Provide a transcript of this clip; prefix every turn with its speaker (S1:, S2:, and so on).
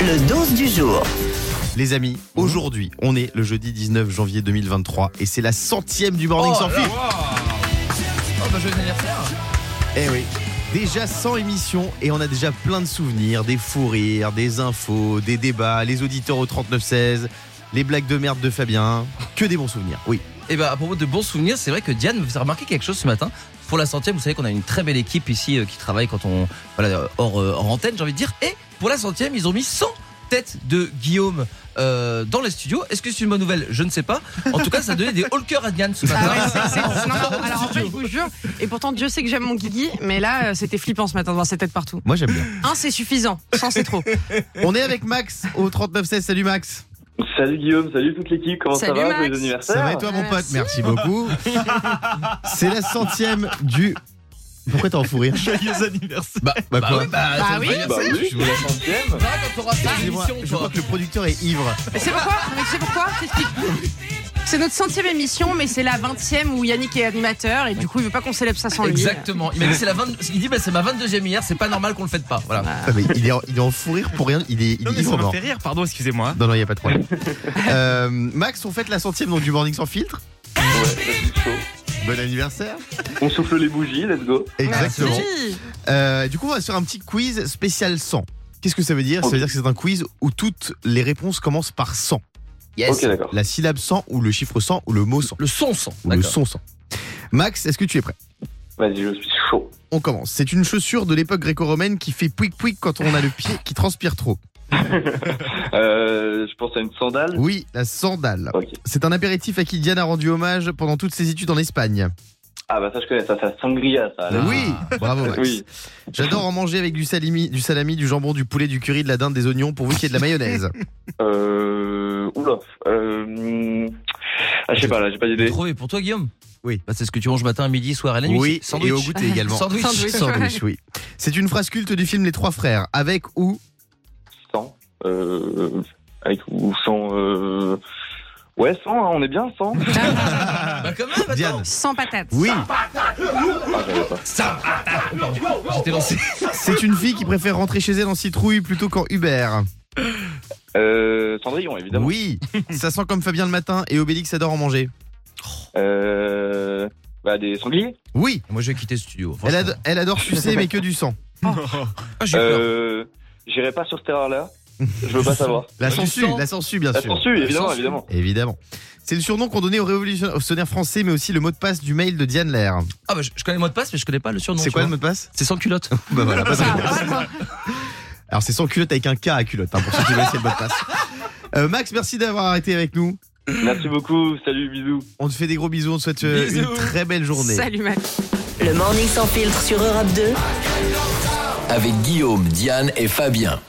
S1: Le dose du jour.
S2: Les
S3: Mhm.
S2: amis, aujourd'hui, on est le jeudi 19 janvier 2023 et c'est la centième du Morning sans filtre.
S3: Oh bah joyeux anniversaire
S2: Eh oui. Déjà 100 émissions et on a déjà plein de souvenirs, des fous rires, des infos, des débats, les auditeurs au 3916, les blagues de merde de Fabien, que des bons souvenirs. Oui.
S3: Et bah à propos de bons souvenirs, c'est vrai que Diane vous a remarqué quelque chose ce matin. Pour la centième, vous savez qu'on a une très belle équipe ici euh, qui travaille quand on voilà euh, hors, euh, hors antenne, j'ai envie de dire. Et pour la centième, ils ont mis 100 têtes de Guillaume euh, dans les studios. Est-ce que c'est une bonne nouvelle Je ne sais pas. En tout cas, ça donnait des holkers à Diane ce
S4: Ah
S3: matin.
S4: ouais, c'est- c'est- non, non, alors en fait, je vous jure, et pourtant Dieu sait que j'aime mon Guigui, mais là euh, c'était flippant ce matin de voir ses têtes partout.
S2: Moi j'aime bien.
S4: Un c'est suffisant, sans c'est trop.
S2: On est avec Max au 3916. Salut Max.
S5: Salut Guillaume, salut toute l'équipe, comment
S4: Salut,
S5: ça va
S4: Max.
S5: Joyeux anniversaire
S2: Ça va et toi mon pote Merci beaucoup. C'est la centième du. Pourquoi t'es en fou rire
S6: Joyeux anniversaire.
S2: Bah, bah
S3: Bah
S2: quoi
S3: oui, bah,
S4: Bah
S3: ça
S4: oui.
S3: va bien,
S5: Bah
S3: c'est-
S5: oui, je vous la centième.
S3: Ça va quand t'auras fait
S2: Excusez-moi,
S3: l'émission,
S2: je
S3: toi.
S2: crois que le producteur est ivre.
S4: Mais C'est pourquoi Non, mais C'est pourquoi Je t'explique. C'est notre centième émission, mais c'est la vingtième où Yannick est animateur et du coup il veut pas qu'on célèbre ça sans lui.
S3: Exactement. Il m'a dit c'est la 20 il dit bah, c'est ma 22e hier, c'est pas normal qu'on le fête pas. Voilà.
S2: Ah, mais il, est en, il est en fou rire pour rien. Il est, il
S6: Non,
S2: est
S6: mais ça
S2: ivre
S6: me
S2: mort.
S6: fait rire, pardon, excusez-moi.
S2: Non, non, il n'y a pas de problème. Euh, Max, on fête la centième donc, du Morning sans filtre.
S5: Ouais, ça fait chaud.
S2: Bon anniversaire.
S5: On souffle les bougies, let's go.
S2: Exactement.
S4: Merci.
S2: Euh, du coup, on va se faire un petit quiz spécial 100. Qu'est-ce que ça veut dire Ça veut dire que c'est un quiz où toutes les réponses commencent par 100.
S3: Yes.
S5: Ok d'accord.
S2: La syllabe 100 ou le chiffre 100 ou le mot 100
S3: Le son sang.
S2: ou le
S3: D'accord.
S2: son 100. Max, est-ce que tu es prêt
S5: Vas-y, je suis chaud.
S2: On commence. C'est une chaussure de l'époque gréco-romaine qui fait pouic pouic quand on a le pied qui transpire trop.
S5: Euh, je pense à une sandale.
S2: Oui, la sandale.
S5: Ok.
S2: C'est un apéritif à qui Diane a rendu hommage pendant toutes ses études en Espagne.
S5: Ah bah ça je connais, ça, ça sangria ça. là.
S2: Oui, bravo Max.
S5: Ah. Oui.
S2: J'adore en manger avec du salami, du salami, du jambon, du poulet, du curry, de la dinde, des oignons, pourvu qu'il y ait de la mayonnaise.
S5: Euh... Oula. Euh... Ah je sais pas là, j'ai pas d'idée.
S3: Trop, et pour toi, Guillaume
S2: Oui.
S3: Bah, c'est ce que tu manges matin, midi, soir et la nuit.
S2: oui,
S3: Sandwich.
S2: et au goûter également.
S3: Sandwich.
S4: Sandwich.
S2: Sandwich, oui. C'est une phrase culte du film Les Trois Frères, avec ou
S5: Sans. Euh... Avec ou sans... Euh... Ouais, sans, hein, on est bien sans.
S2: Ah.
S3: Bah, quand même, attends.
S2: Diane.
S4: Sans patate.
S2: Oui,
S5: Ah j'avais pas.
S3: Ça Pardon, J'étais lancé.
S2: c'est une fille qui préfère rentrer chez elle en citrouille plutôt qu'en Uber.
S5: Euh... Cendrillon évidemment.
S2: Oui, ça sent comme Fabien le matin et Obélix adore en manger.
S5: Euh... Bah des sangliers.
S2: Oui,
S3: Moi, je vais quitter le studio.
S2: elle,
S3: franchement.
S2: ado- elle adore sucer mais que du sang.
S3: Ah, j'ai peur.
S5: Euh... J'irai pas sur cette erreur là. Je veux pas savoir.
S2: La
S3: Du
S2: sangsue,
S3: sang.
S2: la sangsue bien
S5: La
S2: sûr.
S5: censure, évidemment,
S3: censure.
S5: évidemment.
S2: Évidemment. C'est le surnom qu'on donnait aux révolutionnaires français mais aussi le mot de passe du mail de Diane Lair.
S3: Ah, bah, je, je connais le mot de passe, mais je connais pas le surnom.
S2: C'est
S3: tu
S2: quoi le mot
S3: vois.
S2: de passe
S3: C'est sans culotte.
S2: Bah voilà, pas de
S4: Ah,
S2: réponse.
S4: voilà.
S2: Alors c'est sans culotte avec un K à culotte hein, pour ceux qui veulent essayer le mot de passe. Euh, Max, merci d'avoir arrêté avec nous.
S5: Merci beaucoup, salut, bisous.
S2: On te fait des gros bisous, on te souhaite euh,
S3: Bisous.
S2: une très belle journée.
S4: Salut Max.
S1: Le Morning sans filtre sur Europe 2.
S7: avec Guillaume, Diane et Fabien.